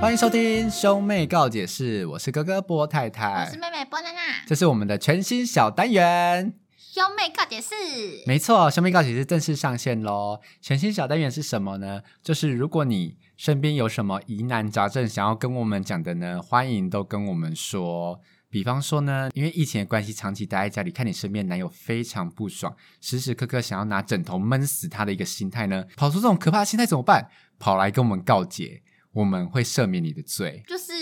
欢迎收听《兄妹告解室》，我是哥哥波太我太是，妹妹波娜娜，这是我们的全新小单元。兄妹告解室。没错，兄妹告解室正式上线喽！全新小单元是什么呢？就是如果你身边有什么疑难杂症想要跟我们讲的呢，欢迎都跟我们说。比方说呢，因为疫情的关系，长期待在家里，看你身边男友非常不爽，时时刻刻想要拿枕头闷死他的一个心态呢，跑出这种可怕的心态怎么办？跑来跟我们告解，我们会赦免你的罪。就是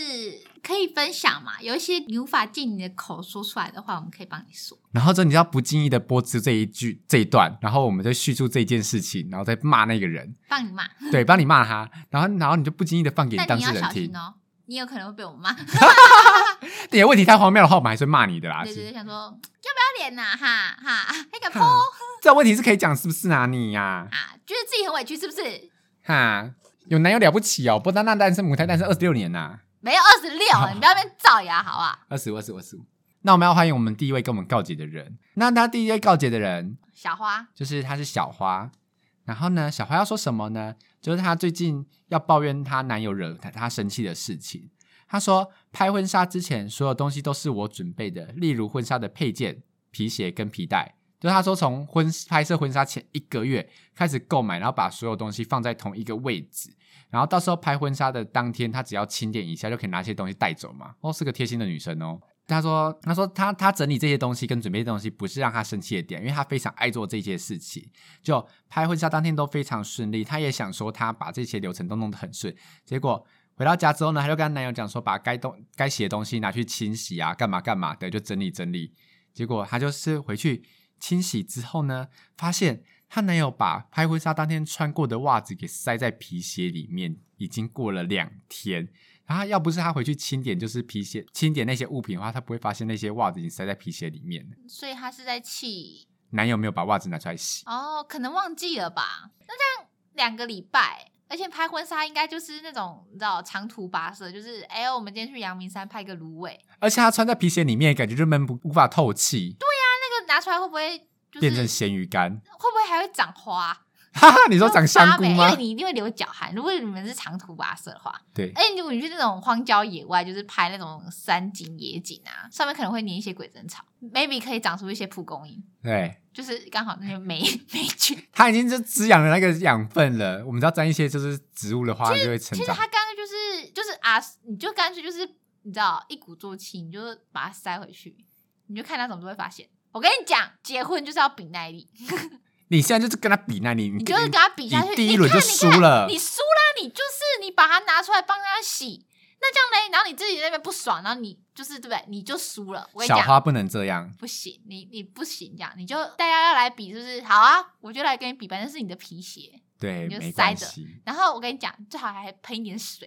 可以分享嘛，有一些你无法借你的口说出来的话，我们可以帮你说。然后之后你只要不经意的播出这一句这一段，然后我们就叙述这件事情，然后再骂那个 人，帮你骂，对，帮你骂他，然后然后你就不经意的放给但当你事要人小听心。哦，你有可能会被我骂。你的问题太荒谬的话，我们还是会骂你的啦。对对是对，想说要不要脸呐、哈哈，那个泼哈这问题是可以讲是不是啊？你呀、啊，觉得自己很委屈是不是？哈，有男友了不起哦，波丹娜单身母胎单身二十六年呐、没有二十六，你不要那边造谣好不好？二十五、二十五、二十五。那我们要欢迎我们第一位跟我们告解的人。那他第一位告解的人小花，就是她是小花。然后呢，小花要说什么呢？就是她最近要抱怨她男友惹她她生气的事情。她说拍婚纱之前，所有东西都是我准备的，例如婚纱的配件、皮鞋跟皮带。就是她说从婚拍摄婚纱前一个月开始购买，然后把所有东西放在同一个位置，然后到时候拍婚纱的当天，她只要清点一下就可以拿些东西带走嘛。哦，是个贴心的女生哦。他说：“他说他他整理这些东西跟准备这些东西不是让他生气的点，因为他非常爱做这些事情。就拍婚纱当天都非常顺利，他也想说他把这些流程都弄得很顺。结果回到家之后呢，他就跟她男友讲说，把该东该洗的东西拿去清洗啊，干嘛干嘛的，就整理整理。结果她就是回去清洗之后呢，发现她男友把拍婚纱当天穿过的袜子给塞在皮鞋里面，已经过了两天。”然后要不是她回去清点，就是皮鞋清点那些物品的话，她不会发现那些袜子已经塞在皮鞋里面了。所以她是在气男友没有把袜子拿出来洗，哦，可能忘记了吧？那这样两个礼拜，而且拍婚纱应该就是那种你知道长途跋涉，就是哎、我们今天去阳明山拍个芦苇，而且她穿在皮鞋里面，感觉就闷不无法透气，那个拿出来会不会就是变成咸鱼干。会不会还会长花？哈哈，你你说长香菇因吗为？你一定会流脚汗。如果你们是长途跋涉的话，对，而且如果你去那种荒郊野外，就是拍那种山景野景啊，上面可能会粘一些鬼针草，maybe 可以长出一些蒲公英，对，就是刚好那些霉 霉菌。它已经就滋养了那个养分了。我们只要沾一些就是植物的话，就会成其实长。他干脆就是就是啊，你就干脆就是你知道一鼓作气，你就把它塞回去，你就看他怎么都会发现。我跟你讲，结婚就是要比耐力，你现在就是跟他比那你你就是跟他比下去，你第一轮你看就输了你看你输啦，你就是你把它拿出来帮他洗，那这样呢，然后你自己在那边不爽，然后你就是对不对？你就输了。我跟你小讲，花不能这样。不行，你你不行，这样你就大家要来比，是不是？好啊，我就来跟你比吧，那是你的皮鞋。对，你就没塞关着系。然后我跟你讲，最好还喷一 点水。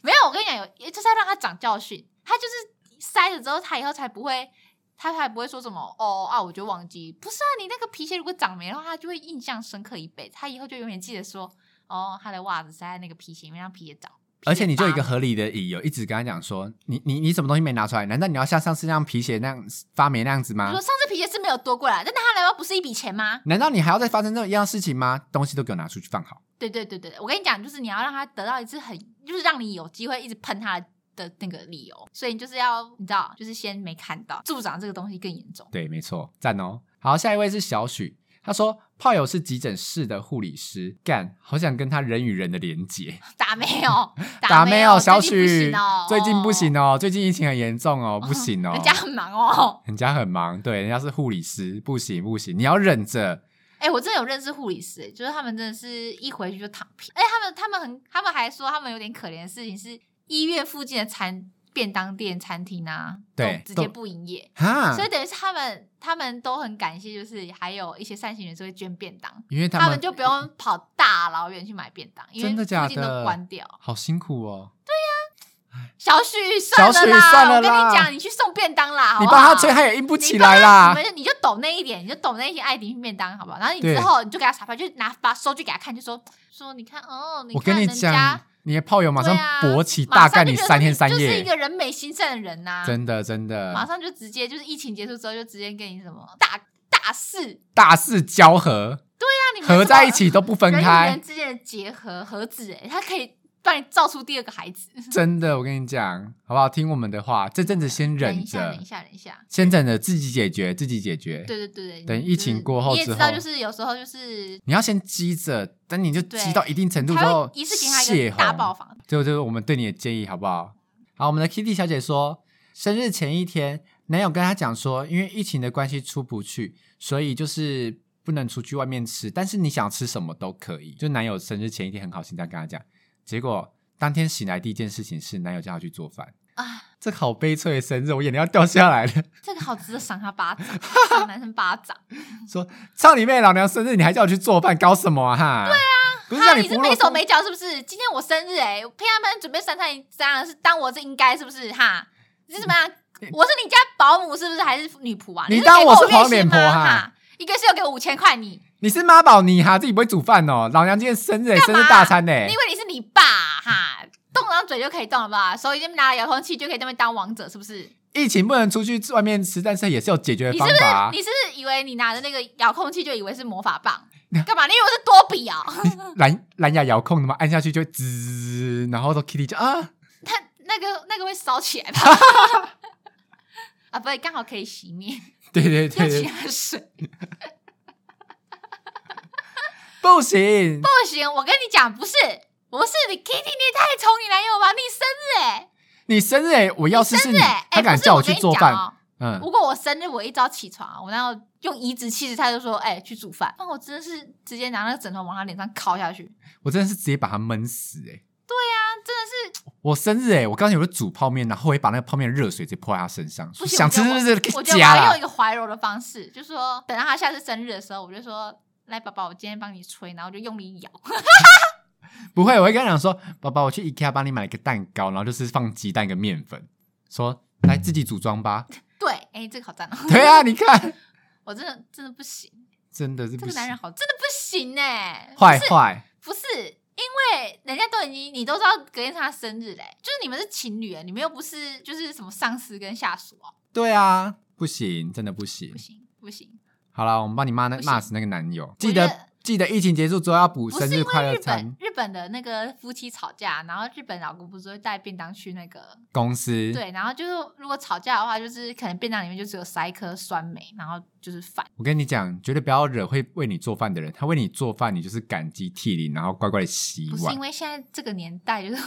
没有，我跟你讲，有就是要让他长教训。他就是塞了之后，他以后才不会，他才不会说什么哦啊，我就忘记。不是啊，你那个皮鞋如果长霉的话，他就会印象深刻一辈子。他以后就永远记得说，哦，他的袜子塞在那个皮鞋里面，让皮鞋长。而且你就有一个皮鞋合理的理由，一直跟他讲说，你你你什么东西没拿出来？难道你要像上次那样皮鞋那样发霉那样子发霉，吗你说？上次皮鞋是没有多过来，但他来话不是一笔钱吗？难道你还要再发生这种一样的事情吗？东西都给我拿出去放好。对对对对，对我跟你讲，就是你要让他得到一次很，就是让你有机会一直喷他的那个理由，所以你就是要你知道，就是先没看到助长这个东西更严重。对，没错，赞哦。好，下一位是小许，他说炮友是急诊室的护理师，干，好想跟他人与人的连接。打没有？没没有，小最近许不行哦，，最近不行哦，最近疫情很严重 哦，不行哦，人家很忙哦。人家很忙，对，人家是护理师，不行不行，你要忍着。哎、我真的有认识护理师、哎就是他们真的是一回去就躺平。哎，他们他们很，他们还说他们有点可怜的事情是，医院附近的餐便当店、餐厅啊，都对直都嗯接不营业。哈所，以等于是他们，他们都很感谢，就是还有一些善心人士会捐便当，因为他他们就不用跑大老远去买便当，因为真的假附近的都关掉。好辛苦哦。小许算小了许啦，算了我跟啦你讲，你去送便当啦，好你不好？帮他吹，他也硬不你起帮来啦。你们你就抖那一点，你就抖那一些爱迪便当，好不好？然后你对之后你就给他查票，就拿把收据给他看，就说说你看哦，你我跟看你人讲家，你的炮友马上对啊勃起，马大上干就你觉得三说天三就是夜一，个人美心善的人呐、真的真马的，上就直接就是疫情结束之后就直接跟你什么大大事，大事交合，那你们合什在么一起都不分人与开人，之间的结合，何止哎、欸，它可以帮你造出第二个孩子。真的，我跟你讲，好不好？听我们的话，这阵子先等忍一下，着等一，下，等一下。先忍着，自己解决，自己解决。对对对对，等你疫就是情过后你也之知道，后就是有时候就是你要先积着，等你就积对到一定程度之他后会，一次给他一泄个大洪爆发。这就是我们对你的建议，好不好？好，我们的 Kitty 小姐说，生日前一天，男友跟她讲说，因为疫情的关系出不去，所以就是不能出去外面吃，但是你想吃什么都可以。就男友生日前一天很好心这样跟她讲，结果当天醒来第一件事情是男友叫她去做饭啊。这个好悲催的生日，我眼泪要掉下来了。这个好值得赏他巴 掌，赏男生巴掌。说操你妹，老娘生日你还叫我去做饭，搞什么啊？哈，对啊，不是哈，让你你是扶没老手头没脚是不是？今天我生日哎、我陪他们准备三餐，当然是当我是应该是不是？哈，你是什么啊？我是你家保姆是不是？还是女仆啊？你你是当给我是过月薪黄脸婆啊吗哈哈？一个月是要给我五千块你，你是妈宝你哈，自己不会煮饭哦。老娘今天生日，生嘛日大餐欸呢。你以为你是你爸啊哈？动两嘴就可以动了吧？手已经拿了遥控器就可以在那边当王者是不是？疫情不能出去外面吃，但是也是有解决的你是方不是法啊。你是不是以为你拿着那个遥控器就以为是魔法 棒你？干嘛？你以为我是多比啊？ 蓝蓝牙遥控的嘛，按下去就会滋，然后都 Kitty 就啊，那那个那个会烧起来吧？ 啊，不对，刚好可以熄灭，对对 对用其对，他水。不行，不行，我跟你讲，不是，不是你 Kitty，你也太宠你男友吧？你生日哎、你生日欸我要是是生日哎、哎他敢不是叫我去跟你做讲饭，哦嗯， 如果我生日，我一早起床，啊我那用颐指气使，他就说：“哎、去煮饭。”那我真的是直接拿那个枕头往他脸上敲下去，我真的是直接把他闷死哎。那真的是我生日哎，我刚才有个煮泡面，然后我也把那个泡面的热水直接泼在他身上，不说行。想吃我是不是觉得啊我我觉得加我要用啦一？个怀柔的方式，就说等到他下次生日的时候，我就说：“来，宝宝，我今天帮你吹。”然后我就用力咬， 不会，我会跟他讲说，宝宝，我去 IKEA 帮你买了一个蛋糕，然后就是放鸡蛋跟面粉，说来自己组装吧。 对，哎、这个好赞哦！对啊，你 看，我真的真的不行，真的是这不个男行人好，真的不行哎、坏不是坏。不是，因为人家都已经你都知道隔天是他生日嘞、就是你们是情侣、欸，你们又不是就是什么上司跟下属哦、对啊，不行，真的不行不。行不行，好啦，我们帮你骂那不行骂死那个男友，觉记得得记得疫情结束之后要补不生是因日快为乐日本餐，日本的那个夫妻吵架，然后日本老公不是会带便当去那个公司对，然后就是如果吵架的话，就是可能便当里面就只有塞一颗酸梅，然后就是饭，我跟你讲，绝对不要惹会为你做饭的人，他为你做饭，你就是感激涕零，然后乖乖的洗不是因碗。为现在这个年代就是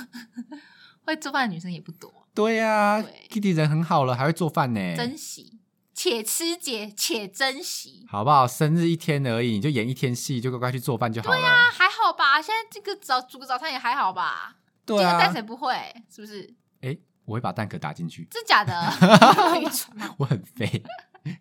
会做饭的女生也不多，对啊对，Kitty 人很好了，还会做饭呢，珍惜且吃且且珍惜。好不好？生日一天而已，你就演一天戏，就乖乖去做饭就好了。还好吧，现在这个早煮个早餐也还好吧。对这个啊蛋，谁不会？是不是？哎，我会把蛋壳打进去， 真假的？愚蠢我很肥。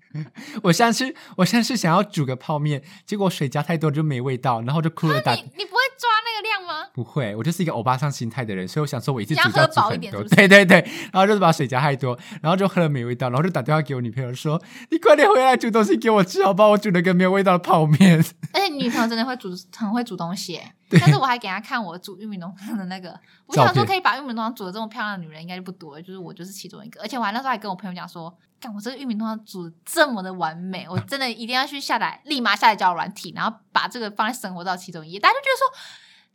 我上次我上次想要煮个泡面，结果水加太多就没味道，然后就哭了打。啊你你不会抓那个量吗？不会，我就是一个欧巴桑心态的人，所以我想说，我一次你要煮到喝煮饱很一点多，是不是对对对，然后就是把水加太多，然后就喝了没味道，然后就打电话给我女朋友说：“你快点回来煮东西给我吃，好不好？我煮了个没有味道的泡面。而且你女朋友真的会煮，很会煮东西耶。对但是我还给她看我煮玉米浓汤的那个，我照想说片可以把玉米浓汤煮的这么漂亮的女人应该就不多了，就是我就是其中一个。而且我还那时候还跟我朋友讲说，干我这个玉米浓汤煮得这么的完美，我真的一定要去下载，立马下载交友软体，然后把这个放在生活照其中一页。大家就觉得说，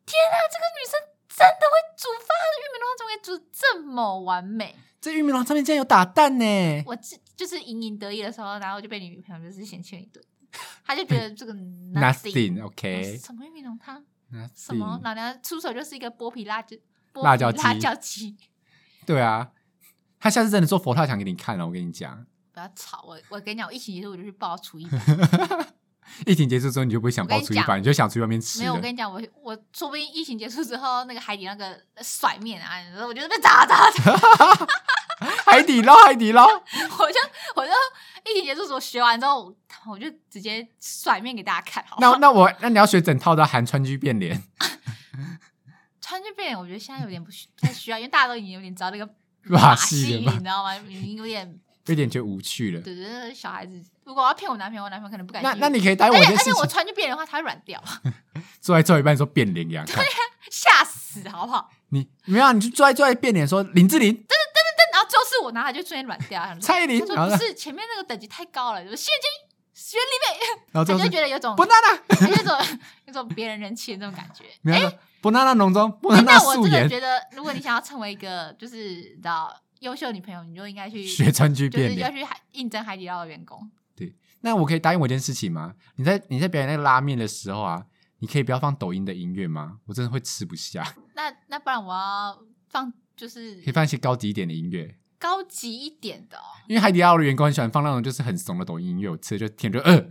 天啊，这个女生真的会煮饭，玉米浓汤怎么可以煮得这么完美？”这玉米浓上面竟然有打蛋呢！我自就是盈盈得意的时候，然后就被你女朋友就是嫌弃了一顿，她就觉得 这个 Nothing，OK，什么玉米浓汤，什么 Nothing 老娘出手就是一个剥皮辣椒，剥皮辣椒鸡辣椒鸡，对啊，他下次真的做佛跳墙给你看了，我跟你讲，不要吵我，我跟你讲，我疫情结束我就去报厨 艺班，疫情结束之后你就不会想包出去我跟你饭，讲你就想出去外面吃没有，我了。跟你讲，我我说不定疫情结束之后，那个海底那个甩面啊，我就被砸 砸砸，海底捞，海底 捞，我就我就疫情结束之后学完之后，我我就直接甩面给大家看，好不好那那我那你要学整套的韩川剧变脸，川剧变脸，我觉得现在有点不需不太需要，因为大家都已经有点知道 那个把戏戏，了你吧知道吗？已经有点有点觉得无趣了。对对对，小孩子。如果我要骗我男朋友，我男朋友可能不敢那信那你可以答应而我一且件而事且我情，川剧变脸的话，它会软掉，做一做一半说变脸给他看。吓死好不好？你没有、啊，你就坐在坐在变脸说林志玲、但然后就是我拿它就瞬间软掉，想说啊蔡依林，他然后说呢不是前面那个等级太高了，就是谢学弟妹，然后他最就后会哦是觉得有种 banana，哎有种有种别人人气的那种感觉。没有 banana 浓妆哎，banana 但我素真的颜，觉得，如果你想要成为一个就是你知道优秀的女朋友，你就应该去学川剧就是变脸要。去海应征海底捞的员工。那我可以答应我一件事情吗？你在你在表演那个拉面的时候啊，你可以不要放抖音的音乐吗？我真的会吃不下，那那不然我要放就是可以放一些高级一点的音乐。高级一点的、哦，因为海底捞的员工很喜欢放那种就是很怂的抖音音乐，我吃了就舔就 饿，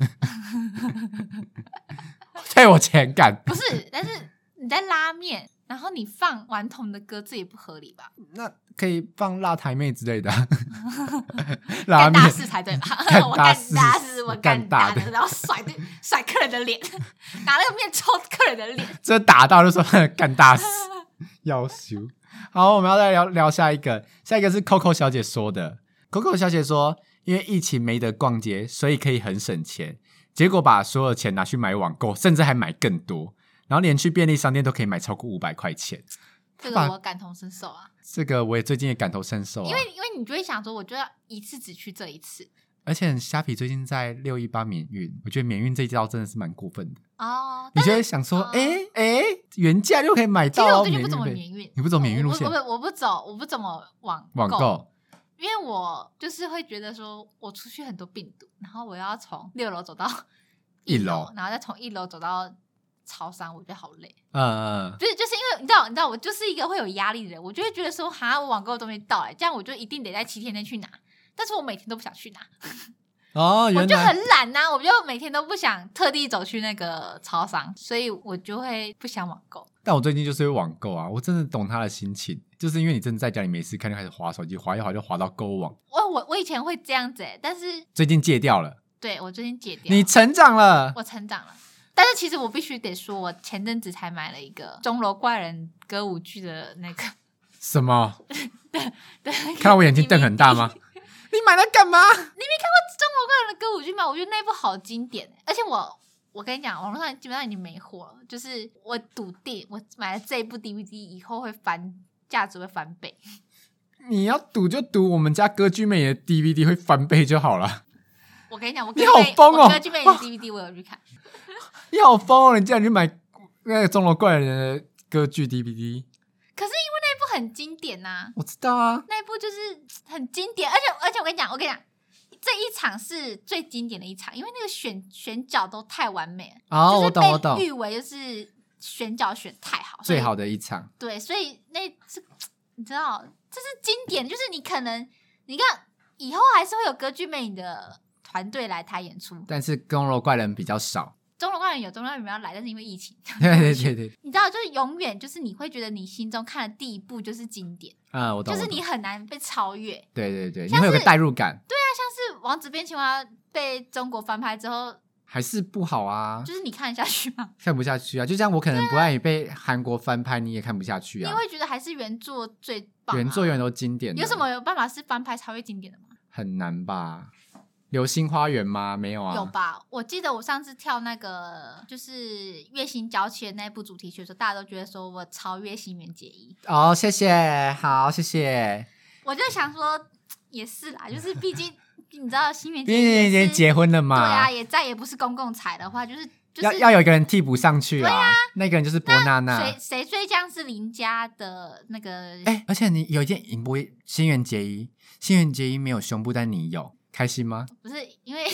退我钱干。不是？但是你在拉面，然后你放顽童的歌，这也不合理吧？那可以放辣台妹之类 的啊，拉干大面事才对吧？ 干我大干事大事，我干干大大的，的然后甩对甩客人的脸， 拿那个面抽客人的脸。这打到就说 干大事，要羞。好，我们要再聊聊下一个，下一个是 Coco 小姐说的。Coco 小姐说，因为疫情没得逛街，所以可以很省钱，结果把所有钱拿去买网购，甚至还买更多，然后连去便利商店都可以买超过五百块钱。 这把个我感同身受啊，这个我也最近也感同身受啊，因为因为你就会想说，我就要一次只去这一次而且虾皮最近在六一八免运，我觉得免运这一招真的是蛮过分的。哦。你但就会想说，哦哎哎、诶原价就可以买其到实啊，我最近不怎么免运费免运，你不走免运路我线不，我不我不走，我不怎么网网购。因为我就是会觉得说，我出去很多病毒，然后我要从六楼走到一楼楼，然后再从一楼走到超商，我觉得好累。嗯嗯，不是，就是因为你知道，你知道，我就是一个会有压力的人，我就会觉得说，哈，我网购都没到哎、这样我就一定得在七天内去拿。但是我每天都不想去拿，哦，我原就来很懒呐、我就每天都不想特地走去那个超商，所以我就会不想网购。但我最近就是会网购啊，我真的懂他的心情，就是因为你真的在家里没事看，就开始划手机，划一划就划到购物网。我我我以前会这样子、欸，但是最近戒掉了，对我最近戒掉了，你成长了，我成长了。但是其实我必须得说，我前阵子才买了一个钟楼怪人歌舞剧的那个， 什么？对，看到我眼睛瞪很大吗？ 你买来干嘛？钟楼怪人的歌舞剧嘛，我觉得那部好经典、欸而且我我跟你讲，网络上基本上已经没货了，就是我笃定我买了这一部 DVD 以后会翻价值会翻倍，你要赌就赌我们家歌剧妹的 DVD 会翻倍就好了。 我跟你讲，我你好疯哦我歌剧魅影的 DVD 我有去看，你好疯哦，你竟然去买那个钟楼怪人的歌剧 DVD？可是因为那一部很经典呐、我知道啊，那一部就是很经典，而且而且我跟你讲，我跟你讲，这一场是最经典的一场，因为那个选选角都太完美了，哦，我就是懂我懂被，誉为就是选角选太好，所以最好的一场。对，所以那这你知道这是经典，就是你可能你看以后还是会有歌剧魅影的团队来台演出，但是钟楼怪人比较少。 中龙怪人有中龙怪人要来，但是因为疫情， 对对对对，你知道就是永远就是你会觉得你心中看的第一部就是经典，啊、我懂，就是我懂你很难被超越。对对对，你像会有个是代入感，像是《王子变青蛙》被中国翻拍之后，还是不好啊就，是你看得下去吗？看不下去啊。就像我可能不爱你被韩国翻拍，你也看不下去你啊。会觉得还是原作最棒、啊。原作永远都经典的，有什么有办法是翻拍超越经典的吗？很难吧？流星花园吗？没有啊，有吧？我记得我上次跳那个就是月薪娇妻的那部主题曲的时候，大家都觉得说我超越新垣结衣，哦，谢谢，好，谢谢。我就想说也是啦，就是毕竟你知道新垣因结为你衣已也经是结婚了嘛，对啊，也再也不是公共财的话，就是啊就要是要有一个人替补上去啊。那个人就是波娜娜。谁谁最像是邻家的那个哎、而且你有一件赢不会，新垣结衣，新垣结衣没有胸部，但你有，开心吗？不是因为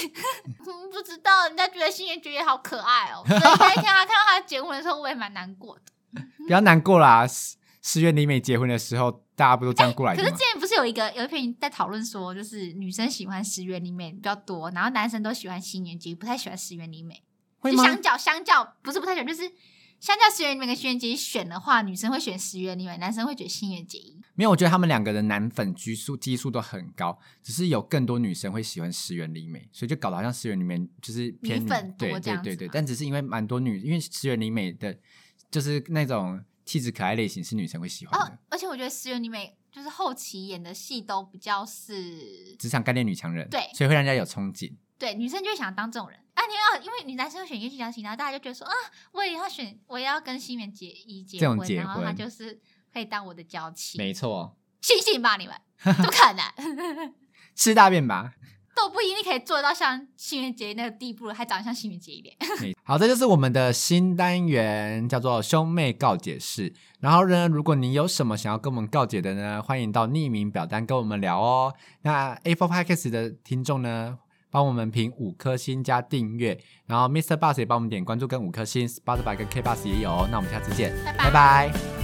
嗯不知道，人家觉得新垣结衣好可爱哦、所以那一天他看到他结婚的时候，我也蛮难过的。不要难过啦，石石原里美结婚的时候，大家不都这样过来哎可的是吗？之前不是有一个有一篇在讨论说，就是女生喜欢石原里美比较多，然后男生都喜欢新垣结衣，不太喜欢石原里美。会就吗？相较相较不是不太喜欢，就是相较石原里美跟新垣结衣选的话，女生会选石原里美，男生会选新垣结衣。没有，我觉得他们两个的男粉基数基数都很高，只是有更多女生会喜欢石原里美，所以就搞得好像石原里美就是偏女粉多对这对样子对对，嘛但只是因为蛮多女，因为石原里美的就是那种气质可爱类型是女生会喜欢哦的，，而且我觉得石原里美就是后期演的戏都比较是职场概念女强人，对所以会让人家有憧憬。对，女生就会想当这种人啊！你要因为女男生会选叶俊良型，然后大家就觉得说啊，我也要选，我也要跟新垣结衣结这种婚，结然后他婚就是可以当我的 娇妻，没错，哦信信吧你们，怎么可能？吃大便吧，都都不一定可以做得到像新垣结衣那个地步了，还长得像新垣结衣脸。 好，这就是我们的新单元，叫做“兄妹告解室”。然后呢，如果你有什么想要跟我们告解的呢，欢迎到匿名表单跟我们聊哦。那 A4 Podcast 的听众呢，帮我们评五颗星加订阅，然后 Mr. Bus 也帮我们点关注跟五颗星，Spotify 跟 K Bus 也有哦。那我们下次见， 拜拜拜拜